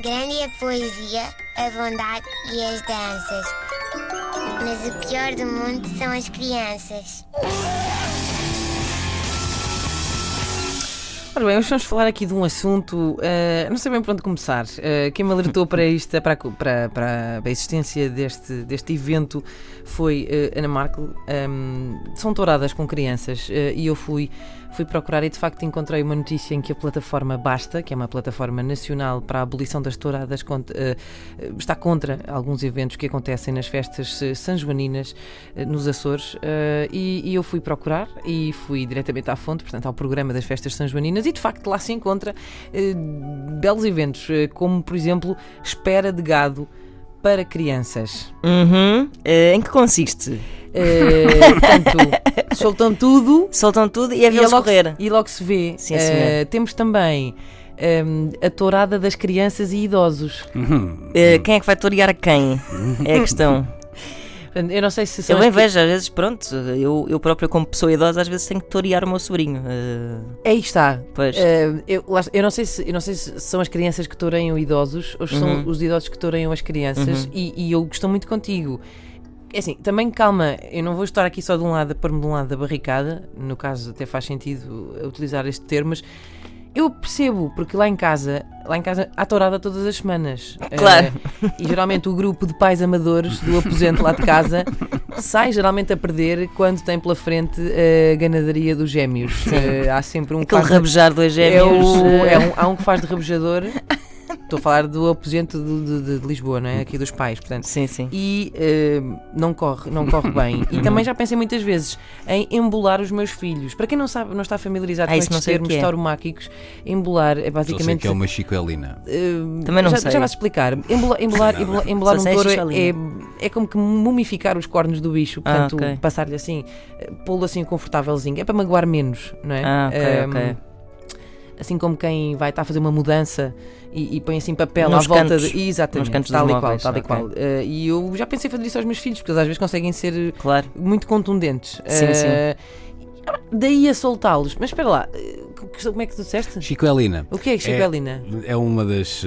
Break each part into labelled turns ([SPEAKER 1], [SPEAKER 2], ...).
[SPEAKER 1] Grande a poesia, a bondade e as danças. Mas o pior do mundo são as crianças.
[SPEAKER 2] Ora bem, hoje vamos falar aqui de um assunto, eh, não sei bem por onde começar. Eh, quem me alertou para isto, eh, para, a co- para, para a existência deste, deste evento foi eh, Ana Markel. Ahm, são touradas com crianças eh, e eu fui, fui procurar e de facto encontrei uma notícia em que a plataforma Basta, que é uma plataforma nacional para a abolição das touradas, cont- eh, eh, está contra alguns eventos que acontecem nas festas eh, sanjoaninas eh, nos Açores eh, e, e eu fui procurar e fui diretamente à fonte, portanto ao programa das festas sanjoaninas e de facto lá se encontra eh, belos eventos, eh, como por exemplo espera de gado para crianças.
[SPEAKER 3] Uhum. Eh, em que consiste?
[SPEAKER 2] Eh, portanto, soltam tudo
[SPEAKER 3] Soltam tudo e é
[SPEAKER 2] e é
[SPEAKER 3] vê-los
[SPEAKER 2] logo,
[SPEAKER 3] correr.
[SPEAKER 2] e logo se vê.
[SPEAKER 3] Sim,
[SPEAKER 2] Eh,
[SPEAKER 3] senhor.
[SPEAKER 2] temos também eh, a tourada das crianças e idosos.
[SPEAKER 3] Eh, quem é que vai torear a quem? É a questão.
[SPEAKER 2] Portanto, Eu não sei se são
[SPEAKER 3] Eu bem
[SPEAKER 2] as cri-
[SPEAKER 3] vejo, às vezes, pronto, eu, eu próprio, como pessoa idosa, às vezes tenho que torear o meu sobrinho. Eh,
[SPEAKER 2] Aí está.
[SPEAKER 3] pois.
[SPEAKER 2] Eh, eu, lá- eu não sei se, eu não sei se são as crianças que toreiam idosos ou se são
[SPEAKER 3] Uhum.
[SPEAKER 2] os idosos que toreiam as crianças e, e eu gosto muito contigo. É assim, também calma, eu não vou estar aqui só de um lado a pôr-me de um lado da barricada, no caso até faz sentido eh, utilizar este termo, mas eu percebo, porque lá em casa, lá em casa há tourada todas as semanas.
[SPEAKER 3] Claro.
[SPEAKER 2] Eh, e geralmente o grupo de pais amadores do aposento lá de casa sai geralmente a perder quando tem pela frente a ganadaria dos gêmeos. Eh, há sempre um
[SPEAKER 3] Aquele
[SPEAKER 2] quase-
[SPEAKER 3] rabejar dois
[SPEAKER 2] é
[SPEAKER 3] gêmeos.
[SPEAKER 2] o,
[SPEAKER 3] eh,
[SPEAKER 2] é um, há um que faz de rabejador. Estou a falar do aposento de, de- de Lisboa, não é? Aqui dos pais, portanto.
[SPEAKER 3] Sim, sim.
[SPEAKER 2] E eh, não corre, não corre bem. E também já pensei muitas vezes em embolar os meus filhos. Para quem não sabe, não está familiarizado
[SPEAKER 3] Ah,
[SPEAKER 2] com
[SPEAKER 3] isso não
[SPEAKER 2] estes
[SPEAKER 3] sei o
[SPEAKER 2] termos
[SPEAKER 3] que é.
[SPEAKER 2] tauromáquicos, embolar é
[SPEAKER 4] Só sei
[SPEAKER 2] basicamente.
[SPEAKER 4] que é uma chicoelina.
[SPEAKER 2] eh,
[SPEAKER 3] Também não
[SPEAKER 2] já,
[SPEAKER 3] sei.
[SPEAKER 2] Já vais explicar. Embolar, embolar, embolar, embolar
[SPEAKER 3] Só
[SPEAKER 2] um
[SPEAKER 3] sei
[SPEAKER 2] touro é,
[SPEAKER 3] xixolinha.
[SPEAKER 2] é, é como que mumificar os cornos do bicho,
[SPEAKER 3] Ah,
[SPEAKER 2] portanto,
[SPEAKER 3] ok.
[SPEAKER 2] passar-lhe assim, eh, pô-lo assim confortávelzinho. É para magoar menos, não é?
[SPEAKER 3] Ah, ok,
[SPEAKER 2] Eh,
[SPEAKER 3] ok.
[SPEAKER 2] assim como quem vai estar a fazer uma mudança e, e põe assim papel
[SPEAKER 3] Nos
[SPEAKER 2] à volta
[SPEAKER 3] cantos.
[SPEAKER 2] de. Exatamente,
[SPEAKER 3] Nos cantos
[SPEAKER 2] tal
[SPEAKER 3] dos
[SPEAKER 2] e qual,
[SPEAKER 3] móveis,
[SPEAKER 2] tal e
[SPEAKER 3] ok.
[SPEAKER 2] qual. Eh, e eu já pensei em fazer isso aos meus filhos, porque eles às vezes conseguem ser
[SPEAKER 3] Claro.
[SPEAKER 2] muito contundentes.
[SPEAKER 3] Sim,
[SPEAKER 2] Eh,
[SPEAKER 3] sim.
[SPEAKER 2] Daí a soltá-los. Mas espera lá, eh, que- como é que tu disseste?
[SPEAKER 4] Chicoelina
[SPEAKER 2] O que é Chicoelina?
[SPEAKER 4] é uma das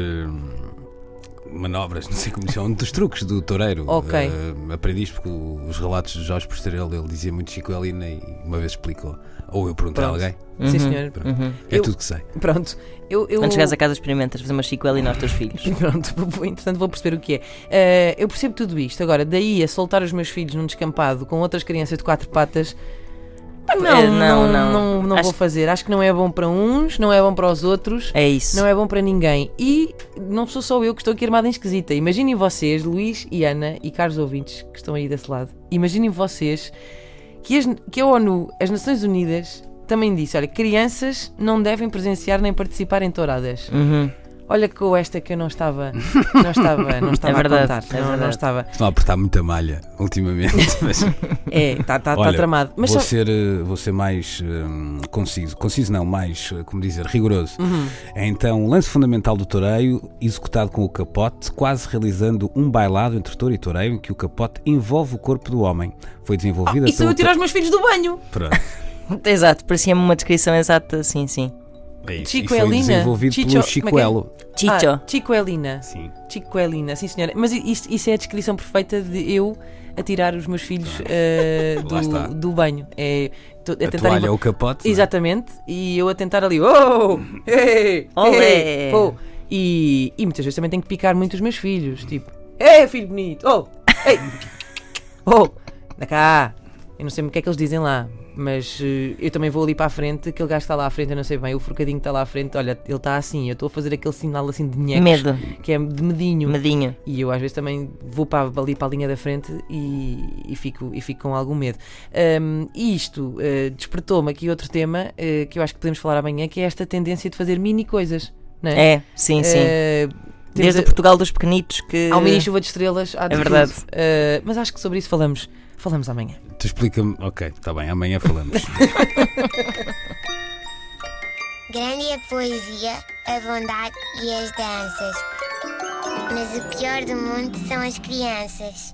[SPEAKER 4] eh, manobras, não sei como chamam, dos truques do toureiro.
[SPEAKER 2] Ok.
[SPEAKER 4] Eh, aprendi isto porque os relatos de Jorge Postarelo ele dizia muito chicoelina e uma vez explicou. Ou eu perguntei
[SPEAKER 2] Pronto.
[SPEAKER 4] a alguém.
[SPEAKER 3] Uhum.
[SPEAKER 2] Sim, senhor.
[SPEAKER 4] Pronto. É
[SPEAKER 2] Eu-
[SPEAKER 4] tudo que sei.
[SPEAKER 2] Pronto, eu. eu...
[SPEAKER 3] Quando chegares a casa, experimentas fazer uma chicuela e nós teus filhos.
[SPEAKER 2] Pronto, vou- vou- entretanto vou perceber o que é. Eh, eu percebo tudo isto. Agora, daí a soltar os meus filhos num descampado com outras crianças de quatro patas. pá, Não,
[SPEAKER 3] Eh,
[SPEAKER 2] não,
[SPEAKER 3] não,
[SPEAKER 2] não,
[SPEAKER 3] não.
[SPEAKER 2] não,
[SPEAKER 3] Acho-
[SPEAKER 2] vou fazer. Acho que não é bom para uns, não é bom para os outros,
[SPEAKER 3] É isso.
[SPEAKER 2] não é bom para ninguém. E não sou só eu que estou aqui armada em esquisita. Imaginem vocês, Luís e Ana e caros ouvintes que estão aí desse lado, imaginem vocês que, as- que a ONU, as Nações Unidas, também disse: olha, crianças não devem presenciar nem participar em touradas.
[SPEAKER 3] Uhum.
[SPEAKER 2] Olha com esta que eu não estava, não estava, não estava
[SPEAKER 3] verdade,
[SPEAKER 2] a
[SPEAKER 3] é
[SPEAKER 2] contar. não, não
[SPEAKER 3] verdade.
[SPEAKER 2] estava.
[SPEAKER 4] Estão a apertar muita malha ultimamente. Mas,
[SPEAKER 2] É, está tá, tá
[SPEAKER 4] olha,
[SPEAKER 2] tramado. Mas
[SPEAKER 4] vou,
[SPEAKER 2] só-
[SPEAKER 4] ser, eh, vou ser mais eh, conciso. Conciso não, mais, eh, como dizer, rigoroso.
[SPEAKER 2] Uhum.
[SPEAKER 4] É então o lance fundamental do toureio, executado com o capote, quase realizando um bailado entre touro e toureio, em que o capote envolve o corpo do homem. Foi desenvolvida
[SPEAKER 2] Oh, isso eu
[SPEAKER 4] pelo...
[SPEAKER 2] tirar os meus filhos do banho.
[SPEAKER 4] Pronto.
[SPEAKER 3] Exato, parecia-me uma descrição exata, sim, sim.
[SPEAKER 4] É isso. E foi
[SPEAKER 2] Chicoelina?
[SPEAKER 4] desenvolvido
[SPEAKER 2] Chicho-
[SPEAKER 4] pelo
[SPEAKER 2] como é que é?
[SPEAKER 4] Chicoelo.
[SPEAKER 3] Chicho.
[SPEAKER 2] Ah, Chicoelina.
[SPEAKER 4] Sim.
[SPEAKER 2] Chicoelina, é sim senhora. Mas isso, isso é a descrição perfeita de eu a tirar os meus filhos eh,
[SPEAKER 4] Lá está.
[SPEAKER 2] do, do banho. É, tô- é
[SPEAKER 4] A
[SPEAKER 2] tentar
[SPEAKER 4] toalha
[SPEAKER 2] envol-
[SPEAKER 4] ou o capote. não é?
[SPEAKER 2] Exatamente, e eu a tentar ali, oh, ei,
[SPEAKER 3] Olé.
[SPEAKER 2] ei, oh. E, e muitas vezes também tenho que picar muito os meus filhos, tipo, ei, filho bonito, oh, ei, oh, dá cá. Eu não sei o que é que eles dizem lá, mas eh, eu também vou ali para a frente, aquele gajo está lá à frente, eu não sei bem, o forcadinho está lá à frente, olha, ele está assim, eu estou a fazer aquele sinal assim de nhecos,
[SPEAKER 3] Medo.
[SPEAKER 2] que é de medinho.
[SPEAKER 3] Medinho.
[SPEAKER 2] E eu às vezes também vou para, ali para a linha da frente e, e fico, e fico com algum medo. Ahm, e isto eh, despertou-me aqui outro tema eh, que eu acho que podemos falar amanhã, que é esta tendência de fazer mini coisas. Não é?
[SPEAKER 3] É, sim, sim.
[SPEAKER 2] Eh, temos
[SPEAKER 3] Desde o
[SPEAKER 2] a-
[SPEAKER 3] Portugal dos pequenitos que.
[SPEAKER 2] Há um mini chuva de estrelas, há de
[SPEAKER 3] É
[SPEAKER 2] tudo.
[SPEAKER 3] verdade.
[SPEAKER 2] Eh, mas acho que sobre isso falamos, falamos amanhã.
[SPEAKER 4] Tu explica-me. Ok, está bem, amanhã falamos.
[SPEAKER 1] Grande a poesia, a bondade e as danças. Mas o pior do mundo são as crianças.